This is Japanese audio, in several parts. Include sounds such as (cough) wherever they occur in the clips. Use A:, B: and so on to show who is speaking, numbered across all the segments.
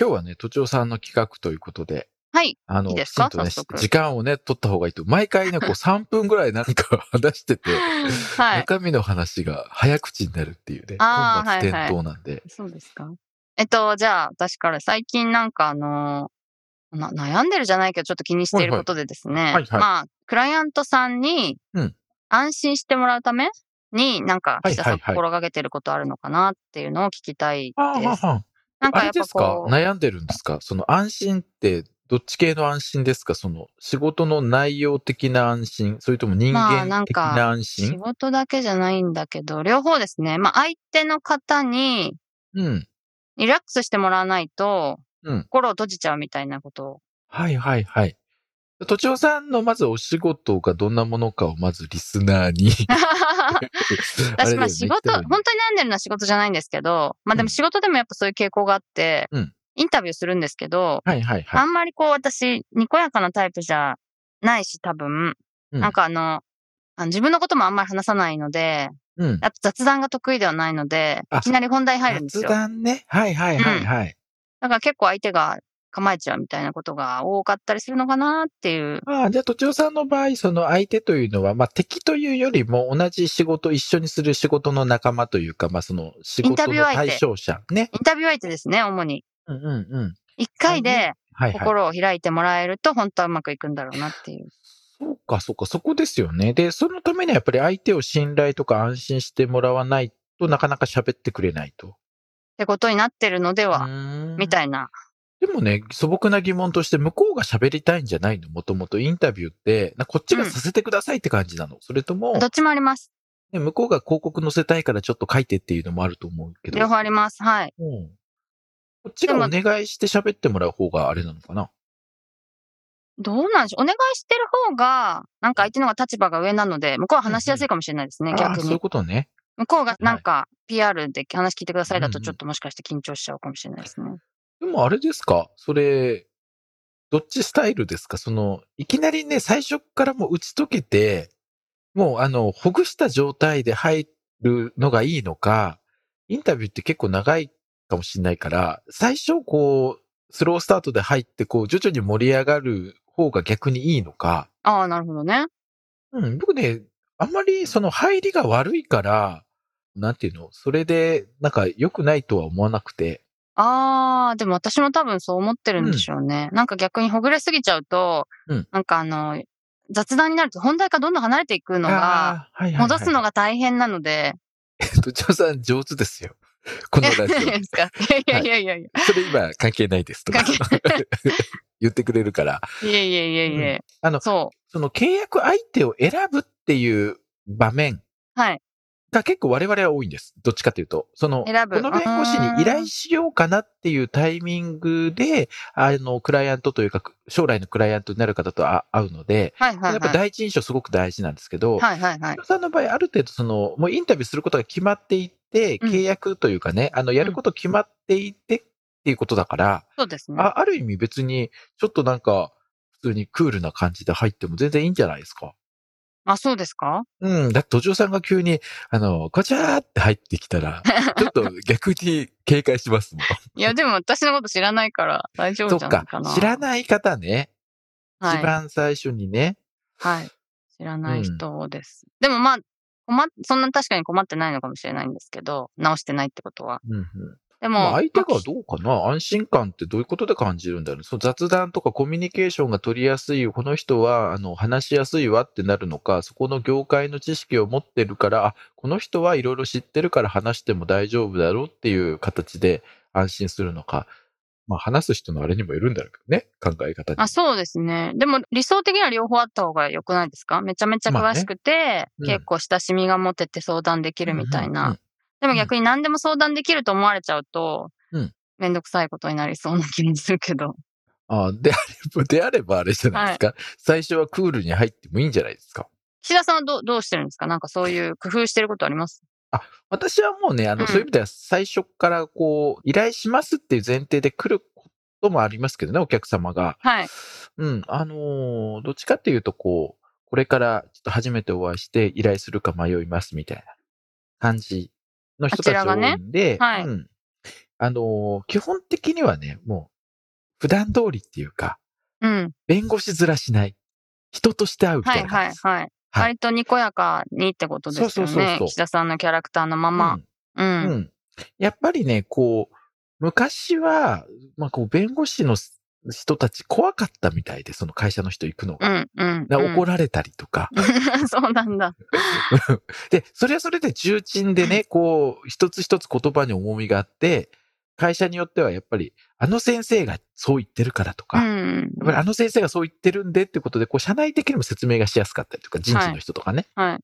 A: 今日はね、都庁さんの企画ということで、
B: はい。
A: あの、
B: いいで
A: きち
B: すか
A: んとね
B: 早、速
A: 時間をね、取った方がいいと。毎回ね、
B: (laughs)
A: こう3分ぐらいなんか話してて、
B: はい。
A: 中身の話が早口になるっていうね、
B: あー
A: 本末転倒なんで。
B: そうですか。えっと、じゃあ、私から最近なんかあのーな悩んでるじゃないけど、ちょっと気にしていることでですね。
A: いはいはい
B: まあ、クライアントさんに
A: うん、
B: 安心してもらうために、なんか、
A: はい
B: 岸田さん
A: はいはい
B: 心がけてることあるのかなっていうのを聞きたい
A: あ
B: です。
A: あ、あ
B: なんか
A: れ
B: やっ
A: で
B: ぱ
A: すか
B: こう、
A: 悩んでるんですかその安心って、どっち系の安心ですかその仕事の内容的な安心それとも人
B: まあ
A: 間
B: なん
A: 的
B: か
A: な安
B: 仕
A: 心、
B: 事だけじゃないんだけど、両方ですね。まあ、相手の方に
A: うん。
B: リラックスしてもらわないと、
A: うん
B: 心を閉じちゃうみたいなこ
A: (laughs)
B: とを
A: はいはいはい。都庁さんのまずお仕事がどんなものかをまずリスナー
B: (laughs)
A: に。あれだ
B: 私、
A: よ
B: まあ
A: ね
B: 仕事、
A: 北野
B: 本当に悩んでるのは仕事じゃないんですけど、まあで
A: うん
B: も仕事でもやっぱそういう傾向があって、
A: うん
B: インタビューするんですけど、
A: はいはいはい。
B: あんまりこう私、にこやかなタイプじゃないし、多分、
A: うん
B: なんかあの、あの自分のこともあんまり話さないので、
A: うん。
B: あと雑談が得意ではないので、
A: あ
B: いきなり本題入るんです
A: 雑
B: よ。
A: 談ね。はいはいはいはい。
B: だから結構相手が構えちゃうみたいなことが多かったりするのかなっていう。
A: まあ、じゃあ、都庁さんの場合、その相手というのは、まあ、敵というよりも、同じ仕事、一緒にする仕事の仲間というか、まあ、その、仕
B: インタ
A: 事
B: ビュー
A: の
B: 相手
A: 対象者。ね。
B: インタビュー相手ですね、主に。
A: うんうんうん。
B: 一回
A: そう
B: で
A: はいはい。
B: 心を開いてもらえると、本当はうまくいくんだろうなっていう。
A: そうか、そうか、そこですよね。で、そのためにはやっぱり相手を信頼とか安心してもらわないとなかなか喋ってくれないと。
B: ってことになってるのでは、み
A: い。
B: たいな。
A: でもね、素朴な疑問として、向こうが喋りたいんじゃないのもともとインタビューって、なこっちがさせてくださいって感じなの、それとも、
B: どっちもあります。
A: ね向こうが広告載せたいからちょっと書いてっていうのもあると思うけど。
B: 両方あります。はい。
A: うんこっちがお願いして喋ってもらう方があれなのかな
B: どうなんでしょう。お願いしてる方が、なんか相手の方が立場が上なので、向こうは話しやすいかもしれないですね、
A: あー
B: 逆
A: そういう
B: に。
A: ことね。
B: 向こうがなんか PR で話聞いてくださいだ
A: う
B: と
A: んうん
B: ちょっともしかして緊張しちゃうかもしれないですね。
A: でもあれですかそれ、どっちスタイルですかその、いきなりね、最初からもう打ち解けて、もうあの、ほぐした状態で入るのがいいのか、インタビューって結構長いかもしれないから、最初こう、スロースタートで入って、こう、徐々に盛り上がる方が逆にいいのか、
B: ああ、なるほどね。
A: うん、僕ね、あんまりその入りが悪いから、なんていうの、それで、なんか良くないとは思わなくて。
B: ああ、でも私も多分そう思ってるんでしょうね。なんか逆にほぐれすぎちゃうと、
A: うん
B: なんかあの、雑談になると本題からどんどん離れていくのが、
A: あー、はいはいはい
B: 戻すのが大変なので、
A: 都庁さん上手ですよ。 (laughs) この
B: (laughs)
A: ラジ
B: いやいやいやいやいや。
A: オ。それ今関係ないですとか
B: 関
A: (laughs) 言ってくれるから。
B: いえいえいえいえ。
A: あの、
B: そ
A: その契約相手を選ぶっていう場面
B: う。はい。
A: が結構我々は多いんです。どっちかというと。その、
B: 選ぶ
A: この弁護士に依頼しようかなっていうタイミングで、あの、クライアントというか、将来のクライアントになる方とあ会うので、
B: はいはい
A: やっぱ
B: はい。
A: 第一印象すごく大事なんですけど、
B: はいはいはい。
A: さんの場合、ある程度、その、もうインタビューすることが決まっていて、
B: うん
A: 契約というかね、あの、やること決まっていてっていうことだから、
B: そうですね。
A: あある意味別に、ちょっとなんか、普通にクールな感じで入っても全然いいんじゃないですか。
B: あ、そうですか
A: うん、だって、土壌さんが急に、あの、こちらーって入ってきた
B: (laughs)
A: ら、ちょっと逆に警戒しますもん。
B: いや、でも私のこと知らないから大丈
A: そ
B: 夫
A: っ
B: じゃな
A: か
B: いかな。、
A: 知らない方ね、
B: はい。
A: 一番最初にね、
B: はい。知らな
A: うん
B: い人です。でもまあ、困っ、そんな確かに困ってないのかもしれないんですけど、直してないってことは。
A: うんうん
B: で
A: ま
B: も、
A: あ、相手
B: ま
A: が
B: あ
A: どうかな安心感ってどういうことで感じるんだろうその雑談とかコミュニケーションが取りやすい、この人はあの話しやすいわってなるのか、そこの業界の知識を持ってるから、あこの人はいろいろ知ってるから話しても大丈夫だろうっていう形で安心するのか、まあ、話す人のあれにもよるんだろうけどね、考え方に。
B: あ、そうですね。でも理想的には両方あった方が良くないですかめちゃめちゃ
A: まあ
B: 詳
A: ね
B: しくて、
A: うん
B: 結構親しみが持てて相談できるみたいな。
A: うんうんうん
B: でも逆に何でも相談できると思われちゃうと、
A: うん
B: めんどくさいことになりそうな気もするけど。
A: あであれば、であればあれじゃないですか、最初はクールに入ってもいいんじゃないですか。
B: 岸田さんはどうどうしてるんですかなんかそういう工夫してることあります
A: 私はもうね、あ
B: う
A: の、
B: ん
A: そういう意味では最初からこう、依頼しますっていう前提で来ることもありますけどね、お客様が。
B: はい。
A: うん、あのーどっちかっていうとこう、これからちょっと初めてお会いして依頼するか迷いますみたいな感じの人たち
B: あちら
A: が多
B: がね
A: いんで、
B: はい
A: うん。あのー基本的にはね、もう、普段通りっていうか、
B: うん。
A: 弁護士面しない。人として会うみた
B: はいい
A: な
B: は
A: 感
B: い
A: じ。
B: はい。
A: はい
B: 割とにこやかにってことですよ
A: そうそうそ
B: ね
A: う。そう
B: 岸田さんのキャラクターのまま。う。
A: うんん。うん。やっぱりね、こう、昔は、まあ、こう、弁護士の人たち怖かったみたいで、その会社の人行くの
B: う
A: が。
B: ん。うん。
A: だから
B: うん
A: 怒られたりとか。
B: (laughs) そうなんだ。
A: で、それはそれで重鎮でね、こう、一つ一つ言葉に重みがあって、会社によってはやっぱり、あの先生がそう言ってるからと
B: う
A: か、やっ
B: ん。
A: ぱりあの先生がそう言ってるんでってことで、こう、社内的にも説明がしやすかったりとか、人事の人とかね。
B: はい。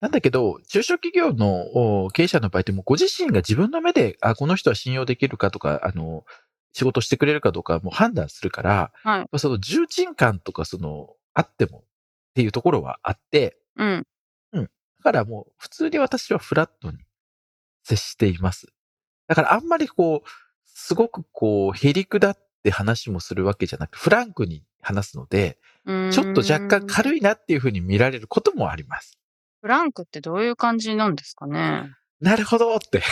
A: なんだけど、中小企業のお経営者の場合ってもうご自身が自分の目で、あ、この人は信用できるかとか、あの、仕事してくれるかどうかもう判断するから、
B: はい
A: まあその重鎮感とか、その、あってもっていうところはあって、
B: うん。
A: だからもう普通に私はフラットに接しています。だからあんまりこう、すごくこう、へりくだって話もするわけじゃなく、フランクに話すので、
B: うん
A: ちょっと若干軽いなっていうふうに見られることもあります。
B: フランクってどういう感じなんですか
A: (laughs)
B: ね。
A: なるほどって。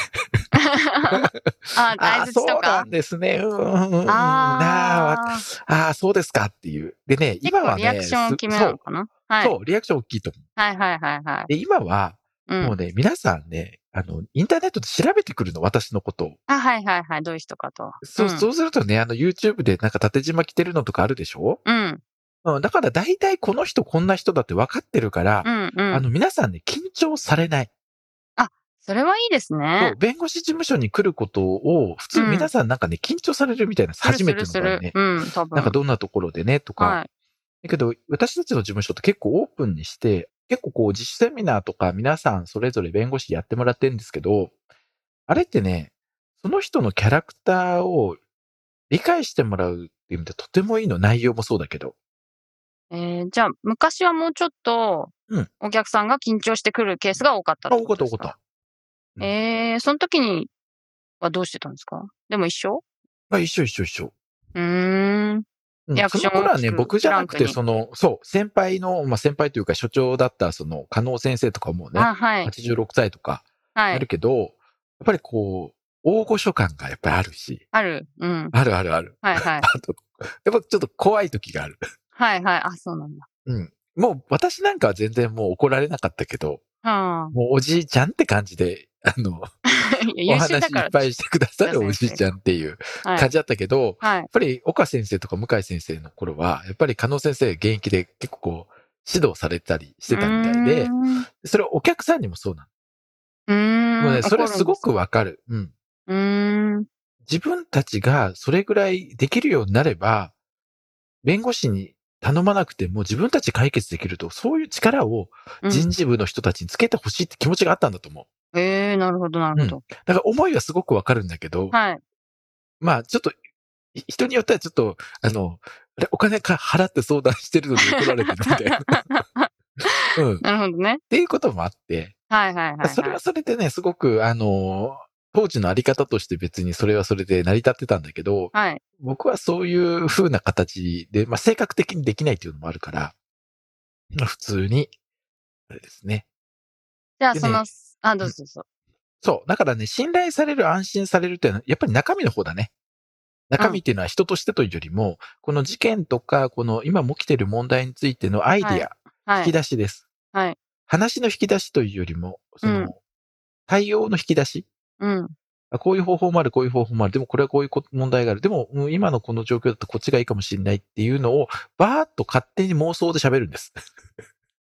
B: あ、
A: あ
B: 相
A: あ、
B: 槌
A: そう
B: と
A: な
B: か
A: ん。ですね。うんうんうんうん。なあわ
B: ああ。
A: あー、そうですかっていう。でね、
B: 結
A: 今
B: 構
A: はね、
B: リアクションを
A: す
B: 決めなのかなは
A: そうそ
B: い。
A: う、リアクション大きいと思う。
B: はいはいはいはい。
A: で、今は、
B: う。
A: もうんね、皆さんね、あの、インターネットで調べてくるの、私のことを。
B: あ、はいはいはい。どういう人かと。
A: そう、
B: ん
A: そうするとね、あの、YouTube でなんか縦縞着てるのとかあるでしょ
B: うん。
A: うん、だから大体この人こんな人だって分かってるから
B: う、ん。う
A: あ
B: ん。
A: の、皆さんね、緊張されない。
B: それはいいです
A: そ
B: ね
A: う。弁護士事務所に来ることを、普通
B: うん
A: 皆さんなんかね、緊張されるみたいな、初めての
B: す
A: 場
B: る
A: 合
B: する
A: ね
B: す。る。うん、多分。
A: なんかどんなところでね、とか。
B: はい。
A: だけど、私たちの事務所って結構オープンにして、結構こう自主セミナーとか皆さんそれぞれ弁護士やってもらってるんですけど、あれってね、その人のキャラクターを理解してもらうっていう意味でとてもいいの、内容もそうだけど。
B: えー、じゃあ、昔はもうちょっと
A: うん、
B: お客さんが緊張してくるケースが多かった
A: あ、
B: て
A: おこ
B: ことで
A: お
B: す
A: こ
B: か
A: と。と
B: えー、その時にはどうしてたんですかでも一緒
A: あ、一緒一緒一緒。
B: うーん。
A: うん
B: リア
A: そ
B: クショ
A: の
B: ンを
A: 頃はね、
B: 聞く
A: 僕じゃなく
B: フランク
A: て、
B: に
A: その、そう、先輩の、まあ、先輩というか所長だった、その、加納先生とかもね、
B: あ、はい。
A: 86歳とか
B: は
A: やる
B: い。
A: けど、やっぱりこう、大御所感がやっぱりあるし、
B: ある。うん。
A: あるあるある。
B: は
A: (laughs)
B: いはい。
A: あと、やっぱちょっと怖い時がある。
B: はいはい。あ、そうなんだ。
A: うん。もう私なんかは全然もう怒られなかったけど、
B: はあ。
A: もうおじいちゃんって感じで、あの、 (laughs)
B: い
A: お
B: や優
A: 話い
B: 秀だか
A: っ
B: ら。
A: ぱいしてくださるお
B: 優秀
A: じいちゃんっていう
B: は
A: 感
B: い。
A: じだったけど、やっ
B: はい。
A: ぱり岡先生とか向井先生の頃は、やっぱり加納先生現役で結構こう、指導されたりしてたみたいで
B: うー、ん
A: それお客さんにもそうな
B: うーん。
A: の。もうね、それ
B: 怒るんです
A: ごくわかる。うん。
B: うーん。
A: 自分たちがそれぐらいできるようになれば、弁護士に頼まなくても自分たちで解決できると、そういう力を
B: うん
A: 人事部の人たちにつけてほしいって気持ちがあったんだと思う。
B: ええなるほど、なるほど。
A: だから思いはすごくわかるんだけど、
B: はい。
A: まあちょっと、い人によってはちょっと、あの、あれお金か払って相談してるのに怒られてるみたいな。
B: (laughs)
A: うん。っ
B: なるほどね。
A: ていうこともあって、
B: はいはいはい、はい。
A: それはそれでね、すごく、あの、当時のあり方として別にそれはそれで成り立ってたんだけど、
B: はい。
A: 僕はそういう風な形で、まあ、性格的にできないっていうのもあるから、まあ、普通に、あれですね。
B: じゃあ、
A: でね
B: その、あ、どうぞどうぞ。
A: そう。だからね、信頼される、安心されるっていうのは、やっぱり中身の方だね。中身っていうのは人としてというよりも、この事件とか、この今も起きてる問題についてのアイディア、
B: は
A: 引き
B: い。
A: 出しです。
B: はい
A: 話の引き出しというよりも、その、
B: うん
A: 対応の引き出し。
B: うん。
A: あこういう方法もある、こういう方法もある。でもこれはこういうこ問題がある。でも、うん今のこの状況だとこっちがいいかもしれないっていうのを、バーっと勝手に妄想で喋るんです。 (laughs)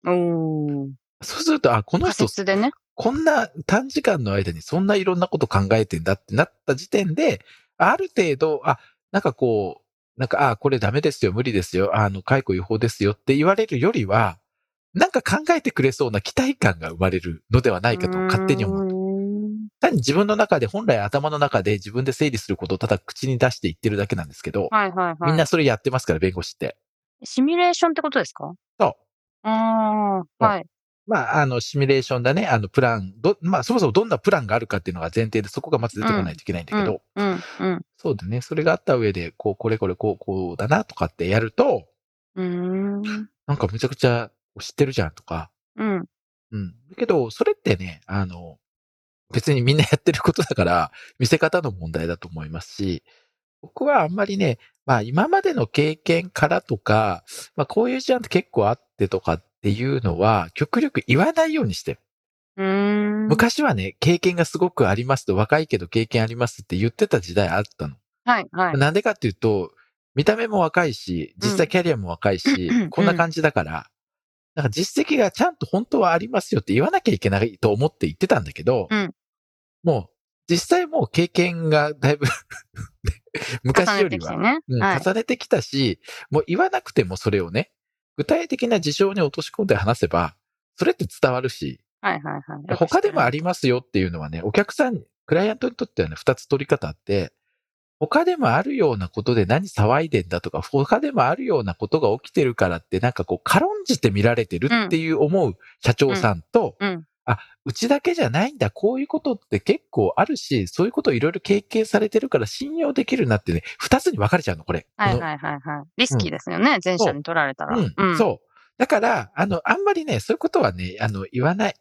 B: おー。
A: そうすると、あ、この
B: 仮
A: 人、
B: 説でね。
A: こんな短時間の間にそんないろんなこと考えてんだってなった時点で、ある程度、あ、なんかこう、なんか、あ、これダメですよ、無理ですよ、ああの、解雇違法ですよって言われるよりは、なんか考えてくれそうな期待感が生まれるのではないかと勝手に思う。
B: うーん。
A: 単に自分の中で、本来頭の中で自分で整理することをただ口に出して言ってるだけなんですけど、
B: はいはいはい。
A: みんなそれやってますから、弁護士って。
B: シミュレーションってことですか。
A: そう
B: ああ、はい。
A: まあ、あの、シミュレーションだね、あの、プラン、ど、まあ、そもそもどんなプランがあるかっていうのが前提で、そこがまず出てこないといけないんだけど、
B: うん、うん。
A: そうだね、それがあった上で、こう、これこれ、こう、こうだなとかってやると、
B: うーん。
A: なんかめちゃくちゃ知ってるじゃんとか、
B: うん。
A: うん。だけど、それってね、あの、別にみんなやってることだから、見せ方の問題だと思いますし、僕はあんまりね、まあ今までの経験からとか、まあこういう事案って結構あってとかっていうのは、極力言わないようにしてる。
B: うーん。
A: 昔はね、経験がすごくありますと、若いけど経験ありますって言ってた時代あったの。
B: はい、はい。
A: なんでかっていうと、見た目も若いし、実際キャリアも若いし、
B: うん
A: こんな感じだから、なんか実績がちゃんと本当はありますよって言わなきゃいけないと思って言ってたんだけど、
B: うん
A: もう実際もう経験がだいぶ (laughs) 昔よりは
B: 重ねてきて
A: う
B: ね。
A: ん
B: はい。
A: 重ねてきたし、もう言わなくてもそれをね、具体的な事象に落とし込んで話せば、それって伝わるし、
B: はい、はい、はい。
A: 他でもあ
B: り。
A: りますよっていうのはね、お客さん、クライアントにとってはね、二つ取り方あって、他でもあるようなことで何騒いでんだとか、他でもあるようなことが起きてるからって、なんかこう、軽んじて見られてるっていう思う社長さんと、
B: うんうん
A: あ、うちだけじゃないんだ、こういうことって結構あるし、そういうことをいろいろ経験されてるから信用できるなってね、二つに分かれちゃうの、これ。
B: はい、
A: この
B: はい、はい、はい。リスキーですよね。前者に取られたら。
A: うん、そう。だから、あの、あんまりね、そういうことはね、あの、言わない。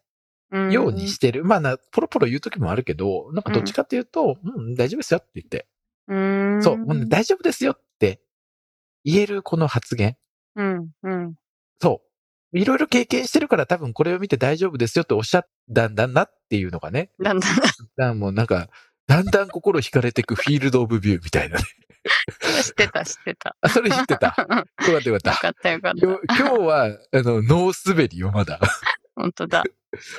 B: うん。
A: ようにしてる。まあな、ポロポロ言う時もあるけど、なんかどっちかっていうと、うん、大丈夫ですよって言って。
B: うーん。
A: そう、もうね大丈夫ですよって言えるこの発言。
B: うん、うん。
A: そう。いろいろ経験してるから多分これを見て大丈夫ですよっておっしゃったんだなっていうのがね。
B: だん (laughs) だん、
A: だからもうなんか、だんだん心惹かれてくフィールドオブビューみたいなね。
B: 知ってた、知ってた。
A: あ、それ言ってた。
B: うん
A: よかったよか
B: よ
A: っ
B: か
A: た。
B: った、よかっ
A: よ
B: た。
A: 今日は、あの、脳滑りよ、まだ。
B: 本当だ。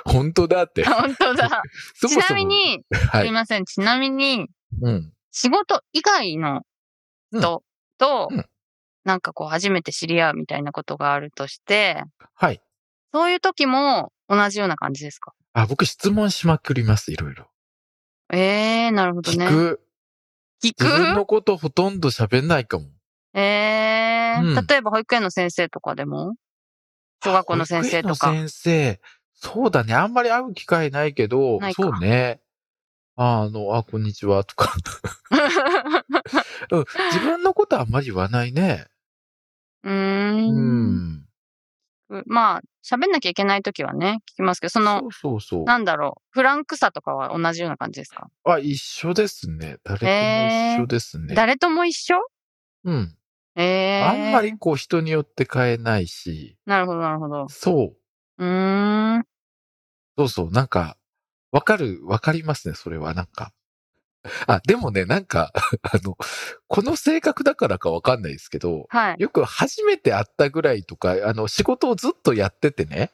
A: 本当だって。
B: 本当だ。
A: そ
B: ちなみ、に、
A: は
B: すい
A: い。
B: ません。ちなみに、
A: うん。
B: 仕事以外の人と、
A: うんうん
B: なんかこう初めて知り合うみたいなことがあるとして、
A: はい。
B: そういう時も同じような感じですか
A: あ、僕質問しまくります、いろいろ。
B: ええー、なるほど
A: 聞
B: ね。
A: く。
B: 聞く
A: 自分のことほとんど喋んないかも。
B: ええー
A: うん
B: 例えば保育園の先生とかでも小学校の先生とか
A: 保育園の先生。そうだね。あんまり会う機会ないけど、
B: ないか
A: そうね。あの、あ、こんにちは、と
B: (laughs)
A: か、うん。自分のことはあんまり言わないね。
B: うー。
A: うんん。
B: まあ、喋んなきゃいけない時はね、聞きますけど、その、
A: そうそうそう。
B: なんだろう、フランクさとかは同じような感じですか、
A: あ、一緒ですね。誰とも一緒ですね。
B: 誰とも一緒
A: うん。
B: ええ
A: あんまりこう人によって変えないし、
B: なるほど、なるほど。
A: そう。
B: うーん。
A: そうそう、なんか、わかる、わかりますね、それは、なんか。あ、でもね、なんか、 (laughs) あの、この性格だからかわかんないですけど、
B: はい。
A: よく初めて会ったぐらいとか、あの、仕事をずっとやっててね、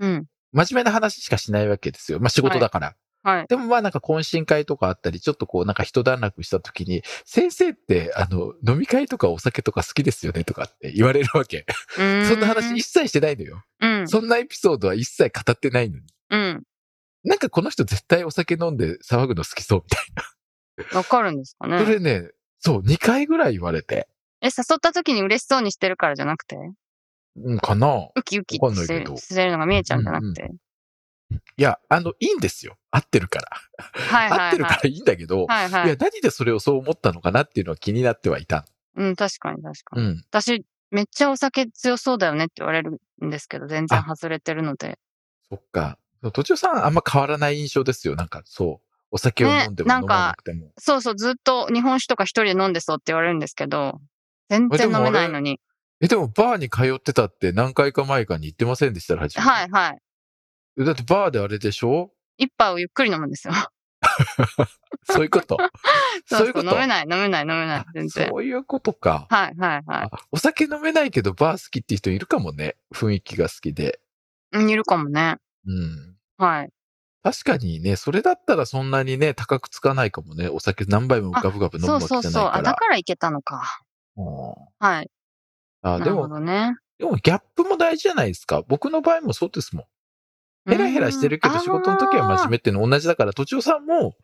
B: うん。
A: 真面目な話しかしないわけですよ。まあ仕事だから。
B: はい。
A: でもまあなんか懇親会とかあったり、ちょっとこうなんか一段落した時に、先生って、あの、飲み会とかお酒とか好きですよねとかって言われるわけ。
B: うー
A: (laughs) そんな話一切してないのよ。
B: うん。
A: そんなエピソードは一切語ってないのに。
B: うん。
A: なんかこの人絶対お酒飲んで騒ぐの好きそうみたい
B: わかるんですか
A: な。そ
B: ね。
A: れね、そう、2回ぐらい言われて、
B: え、誘った時に嬉しそうにしてるからじゃなくて、
A: うん、かな
B: ウキウキ
A: わ
B: っ
A: かん
B: て
A: ない
B: し
A: け
B: てる
A: ど
B: してるのが見えちゃうんじゃなくて。
A: いや、あの、いいんですよ。合ってるから。
B: はいは
A: 合
B: いは
A: っ
B: い。
A: てるからいいんだけど、
B: はい
A: い
B: は
A: や、
B: い。
A: 何でそれをそう思ったのかなっていうのは気になってはいた。
B: うん、確かに確か
A: う
B: に。
A: ん。
B: 私、めっちゃお酒強そうだよねって言われるんですけど、全然
A: あ
B: 外れてるので。
A: そっか。途中さんあんま変わらない印象ですよ。なんか、そう。お酒を飲んでも
B: ね
A: 飲まなくても。
B: そうそう、ずっと日本酒とか一人で飲んでそうって言われるんですけど、全然飲めないのに。
A: え、でもバーに通ってたって何回か前かに行ってませんでしたら、初め
B: はいはい。
A: い。だってバーであれでしょ
B: 一杯をゆっくり飲むんですよ。
A: そういう
B: (laughs)
A: こと。 (laughs) そういうこと。
B: 飲めない、飲めない、飲めない
A: あ、
B: 全然。
A: そういうことか。
B: はいはいはい。
A: あお酒飲めないけどバー好きっていう人いるかもね。雰囲気が好きで。
B: うんいるかもね。
A: うん。
B: はい。
A: 確かにね、それだったらそんなにね、高くつかないかもね。お酒何杯もガブガブ飲む
B: そ
A: わ
B: う
A: けじ
B: そ
A: ゃ
B: う
A: ない
B: そう。
A: か
B: あ、だ
A: ら。
B: からいけたのか。
A: うん
B: はい。
A: あ
B: な
A: で
B: るほ
A: も、
B: どね。
A: でもギャップも大事じゃないですか。僕の場合もそうですもん。ヘラヘラしてるけ
B: う
A: ど
B: ん
A: 仕事の時は真面目っていうの同じだから、都庁さんも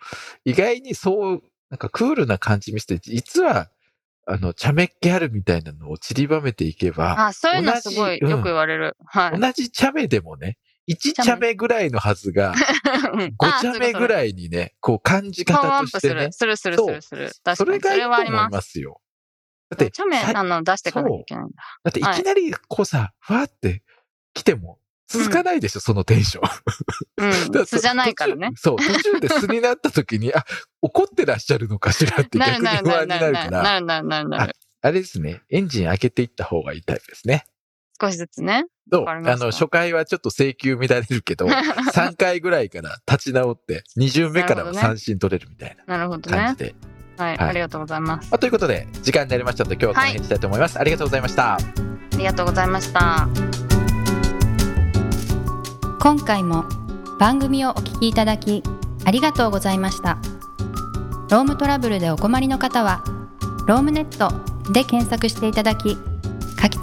A: 意外にそう、なんかクールな感じ見せて、実は、あの、茶目っ気あるみたいなのを散りばめていけば、
B: あ、そういうのすごい
A: 同じうん
B: よく言われる。はい。
A: 同じ茶目でもね、1茶目ぐらいのはずが、5茶
B: (laughs)
A: 目ぐ
B: い。
A: らいにね、こう感じ
B: パワー
A: 方
B: ア
A: と
B: ップ
A: し
B: す
A: て
B: る
A: ね。。
B: するするするする。確
A: そ
B: か
A: れ
B: に。
A: が
B: そ
A: いい
B: れ
A: と
B: はあ
A: 思い
B: ります。
A: ますよ。だって
B: お、茶目
A: さい
B: なの出していかなきゃいけないんだ。
A: だっていきなりこうさ、ふわって来ても続かないでしょ、そのテンション。
B: う
A: (laughs) だ
B: ん。素じゃないからね。。
A: 途中そう、途中で素になった時に、あ、怒ってらっしゃるのかしらって
B: な
A: 逆
B: る
A: に
B: なる
A: 不
B: な
A: 安
B: る
A: になる
B: なるな
A: から、
B: るなるなるなるなる。
A: あれですね、エンジン開けていった方がいいタイプですね。
B: 少しずつね。
A: そう、
B: か
A: あ
B: りました
A: の、初回はちょっと請求乱れるけ
B: (laughs)
A: ど、3回ぐらいから立ち直って、2巡目からは
B: なるほど
A: 三振取れるみたいな
B: なるほど
A: 感
B: ね
A: じ。で。
B: はい。
A: はい
B: ありがとうございます。
A: まあということで、時間になりましたので、今日はこの辺にしたいと思います。ありがとうございました。
B: ありがとうございました。
C: 今回も番組をお聞きいただきありがとうございましたロームトラブルでお困りの方はロームネットで検索していただき柿